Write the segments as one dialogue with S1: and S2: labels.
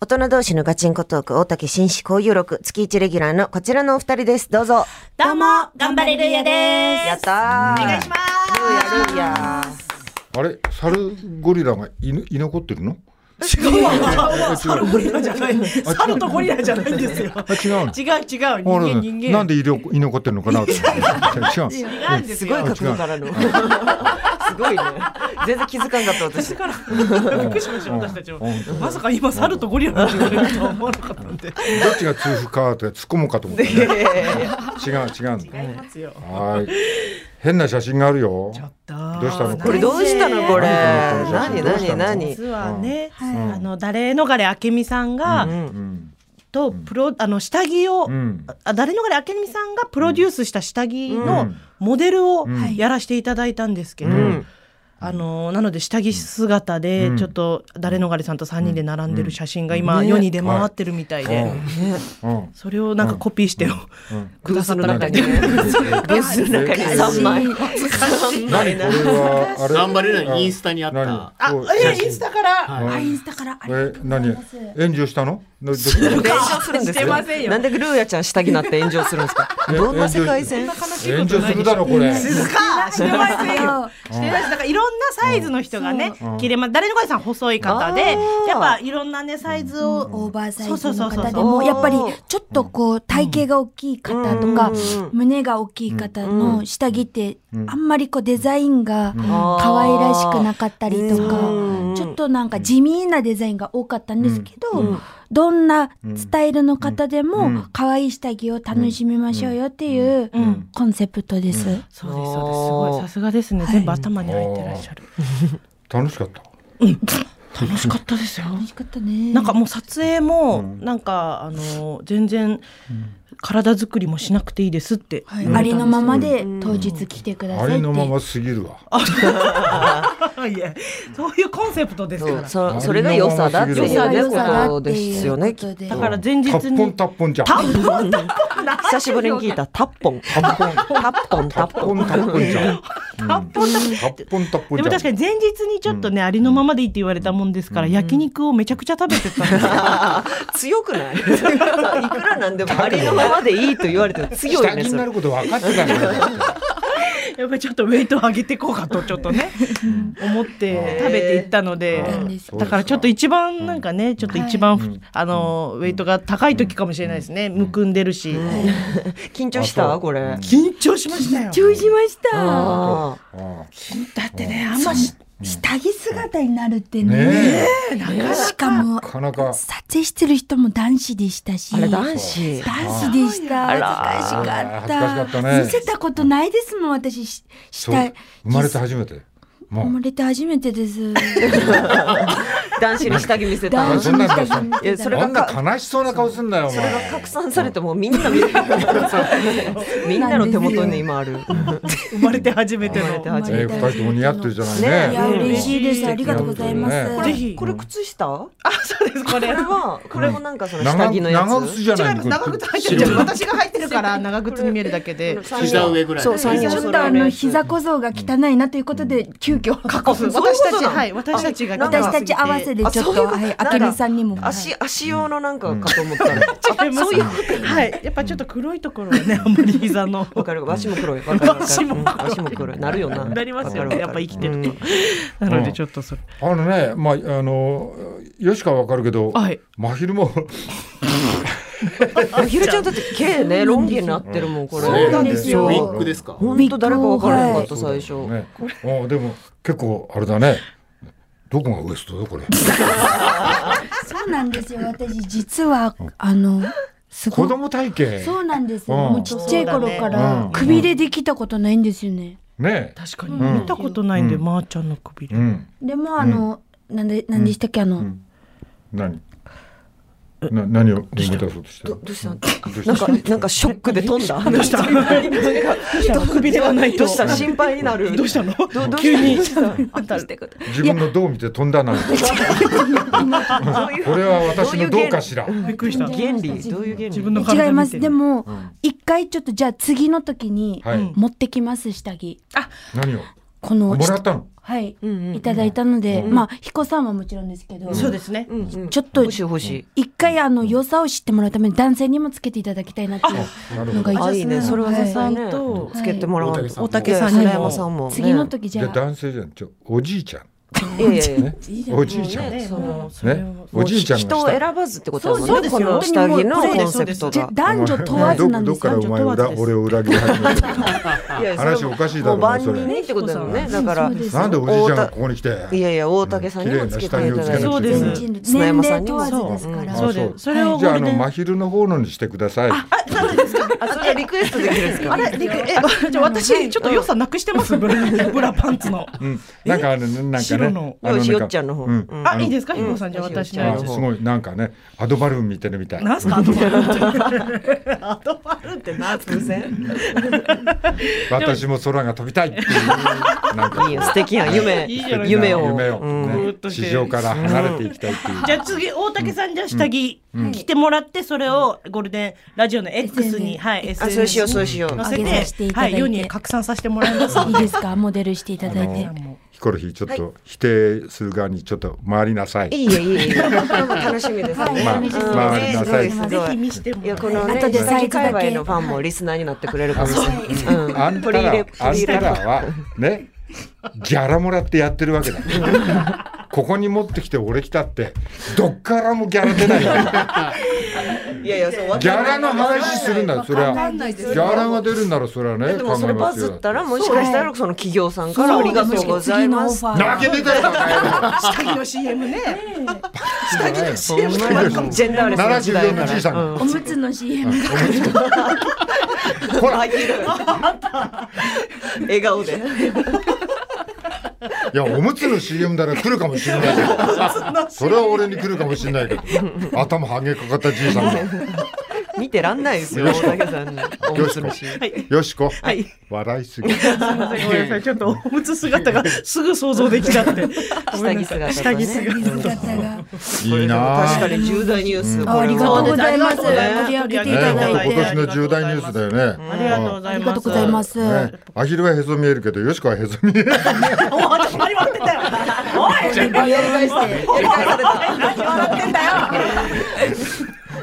S1: 大人同士のガチンコトーク、大竹紳士交友録、月一レギュラーのこちらのお二人です。どうぞ。
S2: どうも、頑張れるやです。
S1: やったー。お。
S2: お願いします
S1: ルーヤルーヤ
S3: あれ、猿ゴリラがいぬ居残ってるの？
S2: す。違うわ。
S3: 違う
S2: サルゴリラじゃ ない。サルとゴリラじゃないんですよ。
S3: あ、違うの。
S2: 違う違う。人
S3: あ
S2: 間
S3: れ
S2: 人間。
S3: なんで居残居残ってるのかなと思って。違う。違う
S2: 違うんです
S1: すごい
S2: よ。
S1: 角度からの。すごいね。全然気づかんかった私。
S2: からびっくりしました私たちも。まさか今サルとゴリラって言われるとは思わなかったんで。
S3: どっちが通風かって突っ込もうかと思って、ね。違う違うんだ。
S2: 違いますよ。
S3: はーい。変な写真があるよ。
S2: ちょっと。
S3: どうしたの
S1: これどうしたのこれ。
S3: 何
S1: 何
S3: この写真
S1: 何何
S2: 実はね、
S3: ん
S2: あの誰逃れ明美さんが、
S3: うん。
S2: とプロあの下着を、
S3: うん。
S2: あ誰逃れ明美さんがプロデュースした下着のモデルをやらせていただいたんですけど、
S1: ん
S2: あのなので下着姿で
S3: うん
S2: ちょっと誰逃れさんと3人で並んでる写真が今、
S1: ね
S2: 世に出回ってるみたいで、
S3: うん。
S2: それをなんかコピーして、
S3: うん。
S2: くださったみた
S1: 中
S2: いで
S1: にね。ブースの中に三枚。三枚
S3: 何こ
S1: な
S3: れ。はあれ。
S4: 頑張れるのインスタにあった
S3: 何
S2: あ
S3: そう
S2: えインスタから
S4: は
S3: う
S4: い
S3: ん
S5: あインスタからありが
S3: え
S5: とうござい
S3: 何
S5: ます。
S3: 炎上したの？どど炎
S1: 練習するんです
S2: して
S1: よ
S2: ません。よ
S1: なんでルーヤちゃん下着なって炎上するんですか。
S3: え
S1: どんな世界線。
S3: 上するだろこれ。
S2: 静かしてませんよ。してないです。だからいろんなサイズの人がね
S3: うん、
S2: 着れます。誰の声さん細い方で
S1: あー、
S2: やっぱいろんなね、サイズを。
S5: オーバーサイズの
S2: そうそうそう
S5: 方で
S2: そ
S5: も
S1: う
S5: やっぱりちょっとこう体型が大きい方とか
S1: うん
S5: 胸が大きい方の下着って
S3: うん
S5: あんまりこうデザインが可愛らしくなかったりと
S1: うん
S5: かちょっとなんか地味なデザインが多かったんですけ
S1: う
S5: ど
S1: ん
S5: どんなスタイルの方で
S3: うん
S5: も可愛い下着を楽しみましょうよっていう
S2: うん
S5: コンセプトです。
S2: そうです、そうです。すごい。さすがですね。全部頭に入ってらっしゃる。
S3: 楽しかった。
S2: 楽しかったですよ。
S5: 楽しかったね
S2: なんかもう撮影も、なんか、あの、全然、体作りもしなくていいですって。
S5: はいありのままで当日来てください
S3: あ
S5: って。
S3: りのまますぎるわ。
S2: いやそういうコンセプトです
S1: そ
S2: か
S1: う
S2: ら。
S1: そそれが良さだっていう
S3: 良さ
S1: ね
S5: 良さだ
S1: こ
S5: っ
S1: と
S5: て
S1: で
S5: い
S1: す
S5: う
S1: よね
S5: こ
S1: きっ
S5: とで
S2: だから前日
S3: タッポン
S2: に。
S3: タッポンじゃん。
S1: と久しぶりに聞いたタッポンタッポンタッポン
S3: タッポンタッポンじゃん。
S2: タッポンタッポン
S3: タッポンタッポン
S2: でも
S3: じゃん。
S2: 確かに前日にちょっとね、ありのままでいいって言われたもんですから、焼肉をめちゃくちゃ食べてたんですよ
S1: あー強くない いくらなんでもありのままでいいと言われても強い
S3: 下
S1: ね
S3: 着
S1: そ
S3: にな
S1: れ
S3: ること分かってたのよ。
S2: やっぱりちょっとウェイトを上げていこうかとちょっとね思って食べていったので
S5: そうなんです
S3: か
S2: だからちょっと一番なんかねちょっと一番ふ、
S3: はい
S2: あのウェイトが高い時かもしれないですねむくんでるし
S1: 緊張した
S3: あそう
S1: これ
S2: 緊張しました よ
S5: 注意しました。
S1: あ
S3: あ
S2: だってねあんまし
S5: 下着姿になるって
S3: あね
S5: ね。
S3: え、
S5: しかも
S3: な、かなか。
S5: 撮影してる人も男子でしたし。
S1: あれ
S5: 男
S1: 男子
S5: 子でした。
S1: あ
S5: 恥ず
S1: ら
S5: かしかっ
S3: 恥ずかしかった
S5: た。
S3: ね
S5: 見せたことないですもん、私。し
S3: そう
S5: 下、
S3: 生まれて初めて。も
S5: 生
S3: う
S5: ま。れて初めてです。
S1: 男子に下着見せた
S5: 男
S1: そ
S5: 子
S1: れ
S5: の下着見
S1: いや
S5: て
S1: それ
S5: たら。
S3: あんな悲しそうな顔すんだよ、お前。
S1: が拡散されてもうみんな見 るみんなの手元に今ある
S2: 生まれて初めて
S1: 生まれて
S2: の
S1: 初めて
S3: えー、二人とも似合ってるじゃな
S1: ね
S3: い
S5: い
S3: ね。
S5: や、嬉しいです。ありがとうございま
S3: ね
S5: す。
S2: ぜひ
S1: これ靴下
S2: あそうですこ
S1: こ
S2: れ
S1: れはこれもなんかその下
S3: 長
S1: 着のや
S3: 長靴
S1: つ
S3: じゃない
S2: 違い
S3: の
S2: ます長靴入ってるじゃん私が入ってるから長靴に見えるだけで
S1: 三
S4: 膝上ぐらい
S1: そう三
S5: ち
S1: 四
S5: ょっ
S1: 揃
S5: とあ
S1: える
S5: の
S1: やつ
S5: 膝小僧が汚いなということで、急遽。
S2: そう私たちはい私たちが
S5: 私たち合わせでちょっ
S1: あそうい
S5: と、
S1: うこと
S5: はい、
S1: なんだ
S5: あけみさんにも。
S1: 足足用のなんかかと思ったら
S2: 違います
S1: そういう
S2: はいやっぱちょっと黒いところがね あんまり膝の
S1: わかるわしも黒いわかるわかる
S2: わしも
S1: わしも黒いなるよな
S2: なりますよ
S1: わか
S2: ね
S1: る
S2: や
S1: わ
S2: っぱ
S1: か
S2: 生きてると
S1: うん
S2: なのでちょっとそれ
S3: あのね、まあ、あの、よしかはわかるけど、
S2: はい
S3: 真昼も、
S1: あひるちゃんだって毛ねロン毛になってるもんこれ
S5: そうなんですよ
S4: ウィッグですか。
S1: 本当誰かわからなかった最初
S3: ね、あでも、結構、あれだね。どこがウエストだ、これ。
S5: そうなんですよ。私実はあのすご
S3: 子
S5: い。
S3: 供体型。
S5: そうなんですよ。
S3: うん
S5: もうちっちゃい頃か
S3: う
S5: ら
S3: ん
S5: くびれできたことないんですよね。
S3: ね。
S2: 確かに見たことないんでまーちゃんの首
S3: う
S2: で
S3: ん。
S5: でもあの、なんでなんでしたっけあの、
S3: ん何な何を思い出そうとして
S1: ど
S3: る
S1: どうした
S3: ど
S1: な
S3: うんした
S1: かなんかショックで飛んだ どうした
S2: 首ではないと
S1: どうした心配になる
S2: どうしたの
S1: どどう
S2: 急に
S1: したどうした
S2: あんた
S3: 自分のどう見て飛んだなんて
S1: どういう
S3: これは私のどうかしら
S2: びっくりした
S1: 原理どういう原理
S2: 自分の体
S5: 違いま
S2: 見て
S5: す。
S2: る
S5: でも
S3: ん
S5: 一、回ちょっとじゃあ次の時に
S3: は
S2: う
S3: い、
S2: ん
S5: 持ってきます下着。
S3: 何を
S5: この
S3: もらったの
S5: はい、
S1: うんうんうん
S5: いただいたので、
S3: うん
S5: まあ彦さんはもちろんですけど、
S2: そうですね。
S1: うんうん
S5: ちょっと
S1: 欲しい欲しい。
S5: 一回あの良さを知ってもらうために男性にもつけていただきたいなっていう
S3: なる
S5: の
S3: ほ
S5: が
S3: ど
S5: いい
S1: あいいね。それは
S5: はい
S1: 絶対ね。
S2: と
S1: つけてもらわんと。
S4: 大
S2: 竹さんに
S1: いや
S2: も
S1: 白山さんもね。
S5: 次の時じ
S3: じ
S5: ゃ
S3: ゃ
S5: あ
S3: あ男性じゃんちょおじいちゃん
S1: いやいやいや
S3: ねおじいちゃん
S1: もうねそ
S2: も
S1: の
S2: うそれを
S3: ねおじいちゃんが
S1: 人を選ばずってことだもんね。
S2: そうそうですよ
S1: この下着のコンセプト
S5: じゃ
S1: が
S5: あ。男女問わずなんです
S3: お前
S5: よ
S3: どどっからお前裏俺を裏切り始めたの
S1: いやいや
S3: 話
S1: それ
S3: おかしいだろ
S1: もう万
S3: そ
S1: 人
S3: れ
S1: にってことだもんね。だか
S5: そ
S1: ら
S5: う。です
S3: なんでおじいちゃんがここに来て
S1: いやいや大竹さんにもつけていただいて。
S2: そうです
S5: 全
S2: ね
S5: 人類
S1: 砂
S5: 年
S1: 山さんに
S5: 齢問
S1: も
S5: わずですから
S3: あ
S2: そうで
S3: そう
S2: す。それを
S3: じゃ
S2: ゴ
S3: あ
S2: ール
S3: あの
S2: デン
S3: 真昼の方のにしてください
S1: あそれがリクエストできるんです か。
S2: あれ、リクえ、あじゃあ私、ちょっと良さなくして ます、ブラブラパンツの。
S3: うんなんかあれねなんか
S2: 白
S3: ね
S2: の
S3: あのな
S1: よ
S3: ん
S1: し
S3: か
S1: よっちゃんの方
S3: う
S1: うんん
S2: あ、いい
S3: の
S2: ですか、ひこさん、じゃあ私の
S1: よ
S2: や
S3: あ
S1: っちゃん
S2: つ。
S3: すごいなんかねアドバルーン見てるみたい
S2: なんすか、アドバルーンって。
S1: アドバルーンってな偶然。
S3: 私も空が飛びたいっていうなんか
S1: いいよ素敵やん夢
S2: いいじゃない
S1: 夢を
S3: 夢を
S1: うん
S2: ぐー
S3: ね
S2: っとして
S3: 地上から離れていきたいっていう
S2: じゃあ次、大竹さん、じゃあ下着着てもらって、それをゴールデンラジオの X に、
S5: SNS
S2: はい、
S1: あそうしよう
S2: SNS
S1: そ
S2: に
S1: うしよう。
S5: 上げさ
S2: 載
S5: せ
S2: せ
S5: てい
S2: て、
S5: ただ
S2: はい
S5: て
S2: い、世に拡散させてもらいます。
S5: いいですかモデルしていただいて
S3: あヒコロヒーちょっと否定する側にちょっと回りなさい。
S1: いいよいいよ。楽しみですね。
S3: まあ
S1: うん
S3: まあなさい
S1: すご す
S2: ぜ
S1: ご
S2: ひ見せても
S1: いや
S2: ら
S1: このね、
S5: 後でサイズだけ
S1: 界隈のファンもリスナーになってくれるかもしれない。うん
S3: あんた
S1: 取り入れ
S3: ら、あ
S1: 取り入れ
S3: んたらは、ね、ギャラもらってやってるわけだ。ここに持ってきて俺来たって、どっからもギャラ出ないよ。
S1: いやいやそう
S3: ギャラの話するんだよ、それは。
S5: ない
S3: ギャラが出るならそれはね、
S1: で
S3: 考
S1: もそ
S3: え
S1: れ
S3: ま
S1: バ
S3: すよ。
S1: ズったらもしかしたらその企業さんからありがとうございます。
S3: なわけねえだろ、バカ
S2: 下着の CM ね。
S3: 野郎
S1: ほんまにジェンダーレスな時代か
S3: 74のじいさん
S1: ら。うん
S5: おむつの CM
S3: ほら、い
S1: 笑顔で。
S3: や、おむつの CM なら来るかもしれないけど。それは俺に来るかもしれないけど。頭ハゲかかったじいさんが。
S1: 見てらんないですよ。
S3: よし
S1: 大竹さんのおむつの CM
S3: よしこ
S2: い、
S3: 笑いすぎ。
S2: すみません、ごめんなさい、ちょっとおむつ姿がすぐ想像で きちゃって。ごめんなさい
S1: 下
S2: 下
S1: 着
S2: 着
S1: 姿
S2: 姿。
S5: 姿が
S3: いいな
S1: 確
S3: あ
S1: かに重大ニュース。
S5: あありがとうございます
S1: そうですね
S5: 取り上げてい
S3: ね、
S5: た
S3: 本
S5: だい
S3: 当
S5: て
S3: 今年の重大ニュースだよね。
S2: ありがとうござ
S5: あ
S2: い
S5: り
S2: ます。。
S5: がとうございますす、
S3: ね、アヒルはへそ見えるけど、よしこはへそ見えない。
S2: おお、始まりまってたよ。おい、やり返して。やり返された。何笑ってんだよ。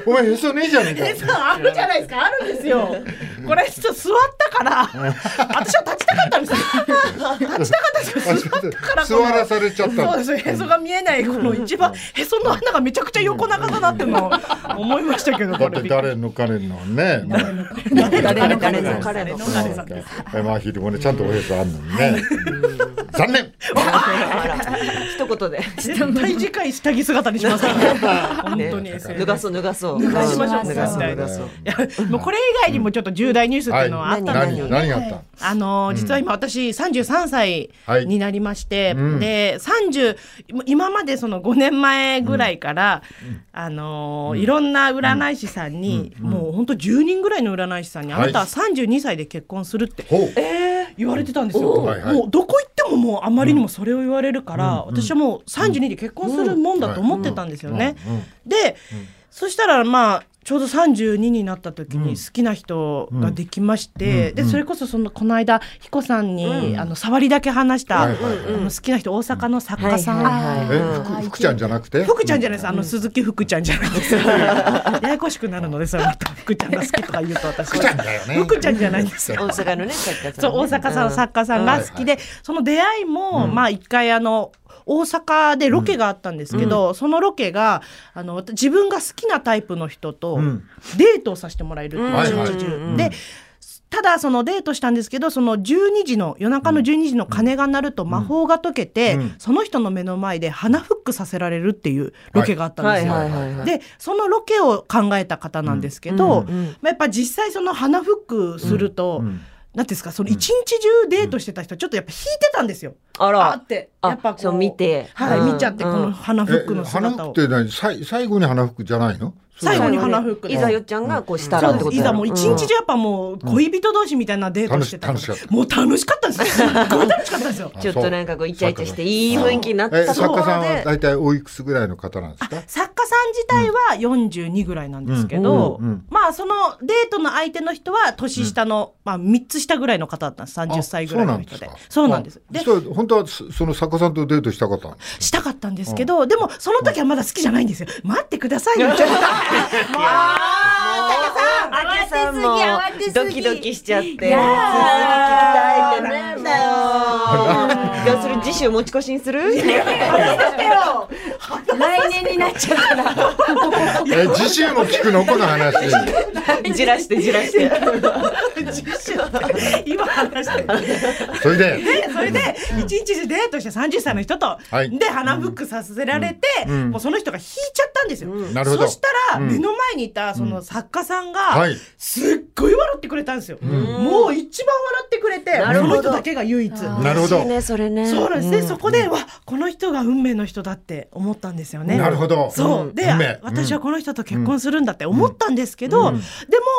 S3: お前へそねえじゃねえか。
S2: あるじゃないです か、あるんですよ。これ、ちょっと座ったから、私は立ちたかったんですよ。 立ちたかったんですよ。
S3: あちょっと座らされちゃった
S2: そう
S3: の。
S2: ですへそが見えないこの一番へその穴がめちゃくちゃ横長だなってのを思いましたけど
S3: だ
S2: こ
S3: っ
S2: れ
S3: て誰の彼のね。まあ
S1: 誰の彼
S2: 誰
S1: の彼の
S2: の。
S3: そうかえまあアヒルもね、ちゃんとおへそあんのにね。残念。
S1: あら一言で。
S2: 絶対次回下着姿にしますから本 当に SNS
S1: 脱がそう脱がそう。
S2: 脱がしましょう
S1: 脱がそう
S2: はい
S1: 脱がそう。
S2: いやもうこれ以外にもちょっと重大ニュースっていうのはあ
S3: は
S2: っ
S3: い、
S2: たんです
S3: 何
S2: よ、
S3: 何があった。
S2: あのー実は今私33歳
S3: はい
S2: になりまして、
S3: ん
S2: で30今までその5年前ぐらいから、あのーいろんな占い師さんに、もう本当10人ぐらいの占い師さんに、
S3: はい
S2: あなたは32歳で結婚するって
S3: ほう。
S2: 言われてたんですよ。
S3: おはいはい
S2: もうどこ行ってももうあまりにもそれを言われるから、私はもう32で結婚するもんだと思ってたんですよね。
S3: うんうん
S2: で、そしたらまあちょうど32になった時に好きな人ができまして、でそれこそそのこの間彦さんに、あの触りだけ話した、
S3: はいはいはい
S2: あの好きな人大阪の作家さん、
S1: はいはい
S3: え、
S1: はい。
S3: 福福ちゃんじゃなくて。
S2: 福ちゃんじゃないです、あの鈴木福ちゃんじゃないです。ややこしくなるので、それまた福ちゃんが好きとか言うと私。福
S3: ちゃんだよね
S2: 福ちゃんじゃないんですよ。
S1: 大阪のね作家さんね。
S2: そう、大阪さん、作家さんが好きで、その出会いも、まあ一回あの、大阪でロケがあったんですけど、そのロケがあの自分が好きなタイプの人と
S3: ん
S2: デートをさせてもらえるっていう
S3: はい
S2: 一
S3: はい
S2: 日中でただそのデートしたんですけどその12時の夜中の12時の鐘が鳴ると魔法が解けて、
S3: うん
S2: その人の目の前で鼻フックさせられるっていうロケがあったんですよ。
S1: はいはいはいはい。
S2: でそのロケを考えた方なんですけど、
S1: うんうんうん
S2: まあ、やっぱ実際その鼻フックすると、
S3: うんうん
S2: なんていうんですかその一日中デートしてた人ちょっとやっぱ引いてたんですよ。
S1: あ
S2: あ
S1: ら
S2: っ。て
S1: あ
S2: やっぱこ
S1: そう見て
S2: はい、
S1: うん
S2: 見ちゃってこ
S1: うん
S2: の鼻フック
S3: え、
S2: の
S3: 花
S2: 姿
S3: 服っ
S2: を。
S3: て何、さい、最後に花服じゃないの。
S2: 最後に花吹くの
S1: いざよっちゃんがこうしたら
S2: そう
S1: って
S2: で
S1: こ
S2: す
S1: と
S2: い
S1: だ
S2: ざもう一日じゃやっぱもう恋人同士みたいなデートしてたから
S3: 楽し楽しかっ
S2: もう楽しかったん ですよすっごい楽しかったんですよ
S3: あ
S1: ちょっとなんかこうイチャイチャしていい雰囲気になっ
S3: え
S1: たと
S3: 作
S1: こ
S3: 家
S1: ろ
S3: さんは
S1: で
S3: 大体おいくつぐらいの方なんですか
S2: 作家さん自体は42ぐらいなんですけど、
S3: うんうんうん
S2: まあそのデートの相手の人は年下の、まあ、3つ下ぐらいの方だったんです30歳ぐらいの人で
S3: あ
S2: そうなんです
S3: あ
S2: で
S3: そう本当はそその作家さんとデートしたかったの
S2: したかったんですけど、でもその時はまだ好きじゃないんですよ待ってくださいよちょっともう
S5: あ
S1: あさんも
S5: 慌てすぎ
S1: ドキドキしちゃって続き聞き
S5: いや
S1: たいってな
S5: ー
S1: んだよどうする次週持ち越しにす る
S5: 来年になっちゃうから。
S3: え次週も聞くのこの話
S1: じらしてじらして
S2: 今話して
S3: それで
S2: それで一日でデートして30歳の人と、
S3: はい
S2: で花フックさせられて、
S3: うん
S2: もうその人が引いちゃったんですよ。
S3: なるほど
S2: そしたら
S3: うん
S2: 目の前にいたその作家さんが
S3: はい
S2: すっごい笑ってくれたんですよ。
S1: ん
S2: もう一番笑ってくれて
S1: なる
S2: そ
S1: ほど
S2: の人だけが唯一。
S5: あ
S3: なるほど
S1: 嬉しいねそれね
S2: そうなんですね、
S1: ん
S2: そこで、わこの人が運命の人だって思ったんですよね。
S3: なるほど
S2: そうで、あ
S3: 運命
S2: 私はこの人と結婚するんだって思ったんですけど、
S3: うんうん
S2: で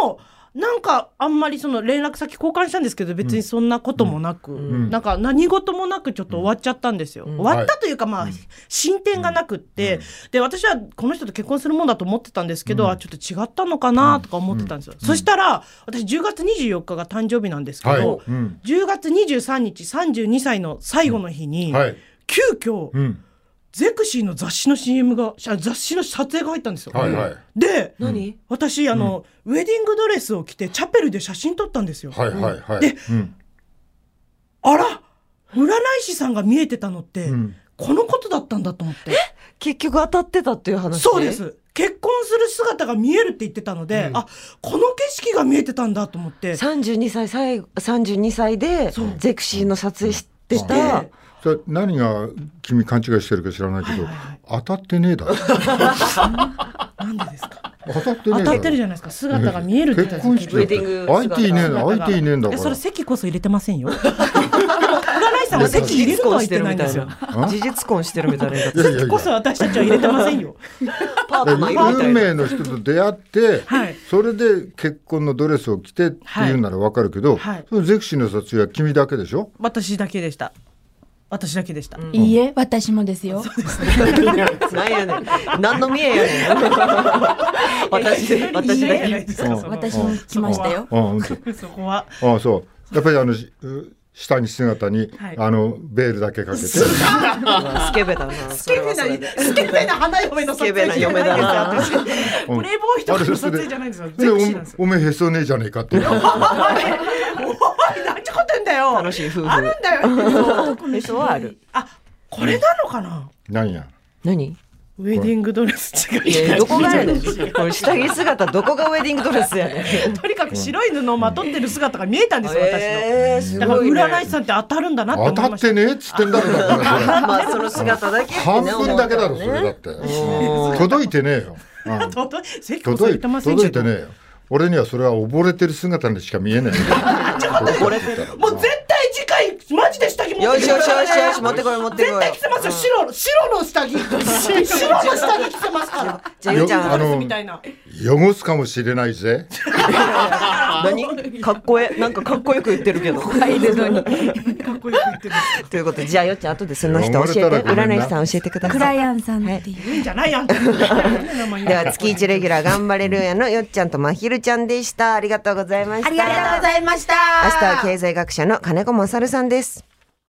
S2: もなんかあんまりその連絡先交換したんですけど別にそんなこともなく、
S3: ん
S2: なんか何事もなくちょっと終わっちゃったんですよ、終わったというかまあ、進展がなくって、で私はこの人と結婚するもんだと思ってたんですけど、あちょっと違ったのかなとか思ってたんですよ、そしたら私10月24日が誕生日なんですけど、
S3: はいうん
S2: 10月23日32歳の最後の日に、
S3: はい
S2: 急遽、
S3: うん
S2: ゼクシーの雑誌の CM がしゃ雑誌の撮影が入ったんですよ。
S3: はいはい
S2: で
S1: 何
S2: 私あの、ウェディングドレスを着てチャペルで写真撮ったんですよ。
S3: はいはいはい
S2: で
S3: うん
S2: あら占い師さんが見えてたのって、
S3: うん
S2: このことだったんだと思って。
S1: 結局当たってたっていう話
S2: そうです結婚する姿が見えるって言ってたので、あこの景色が見えてたんだと思って。
S1: 32歳最後32歳で
S2: そう
S1: ゼクシーの撮影して
S2: した
S1: た
S3: それ何が君勘違いしてるか知らないけど
S2: はいはいはい
S3: 当たってねえだろ
S2: なんでですか
S3: 当たってね
S2: 当た
S3: えだ
S2: ってるじ
S3: ろ
S2: ゃないですか姿が見えるって言って
S3: 結
S2: たん
S3: 婚
S2: です
S3: 式
S2: けど
S1: ウ
S3: だ
S1: ェ
S3: って
S1: ディング
S3: IT ねえの IT ねえんだ
S2: いや
S3: か
S2: それ
S3: ら
S2: 席こそ入れてませんよ でも占い師さんは席入れるとは言ってないんですよ
S1: 事実婚してるみたいなやつ
S3: いやいやい
S2: 席こそ
S3: や
S2: 私たちは入れてませんよ
S1: パートナーいるみた
S3: 運
S1: いな
S3: 命の人と出会って
S2: はい
S3: それで結婚のドレスを着てって言うならわかるけど、
S2: はい
S3: そのゼクシーの撮影は君だけでしょ
S2: 私だけでした私だけでした、
S5: いいえ、私もですよ。
S1: なんやねん何の見え やねん私私だ
S2: いいえじゃない
S1: け
S2: ですかそこは
S5: 私も来ましたよ。
S3: ああ本
S2: そこは
S3: 当ああそうやっぱりあのしう下に姿に、
S2: はい
S3: あのベールだけかけて
S1: スケベだなス
S2: スケベなスケベな花嫁の撮影じゃない
S1: スケベな嫁だな
S2: ですよ私プレイボーイとかの撮影じゃないんですよ
S3: で
S2: ゼクシーなんですよ
S3: おおめえへそねえじゃねえかっていうあ
S2: おいなんちゅうこと言うんだよ
S1: 楽しい夫婦
S2: あるんだよ
S1: へそはある
S2: あこれなのかな
S3: なんや
S1: 何
S2: ウェディングドレス違
S1: いや
S2: う
S1: どこがやねんこれ下着姿どこがウェディングドレスやねん
S2: とにかく白い布をまとってる姿が見えたんですよ、私の。
S1: えーす
S2: だから
S1: ごいね
S2: 占い師さんって当たるんだなって
S3: 当
S2: 思い
S3: た
S2: ま
S3: っ
S2: した。
S3: てねえっつってんだろだからそれ
S1: まあその姿だけってね
S3: 半分だけだろそれだって届いてねえよ、うん
S2: 届い席こそ
S3: 届
S2: 入れ
S3: い
S2: てませんけ
S3: 届
S2: ど
S3: いてねえよ俺にはそれは溺れてる姿にしか見え ない溺れて
S2: もう絶対次回マジで下着持って
S1: よ
S2: き
S1: してよし
S2: くだ
S1: よし
S2: さい
S1: よし持ってこい持ってこい
S2: 絶対着てますよ白白の 下着白の下着着てますから
S1: じゃあゆうちゃ
S3: あ
S1: ん
S3: の
S2: みたいな
S3: 汚すかもしれないぜ
S1: 何かっこええなんかかっこよく言ってるけど
S2: かっこよく言ってる
S1: ということでじゃあよっちゃん後でその人教えて
S3: 汚れたらごめん
S1: 占い
S3: な
S1: 師さん教えてくだ
S5: ク
S1: さ
S5: ラ
S1: い
S5: イアンさんっていう。
S2: いいんじゃない やん名前
S1: では月一レギュラー頑張れるやのよっちゃんとまひるちゃんでしたありがとうございました
S5: ありがとうございました。
S1: 明日は経済学者の金子勝さんです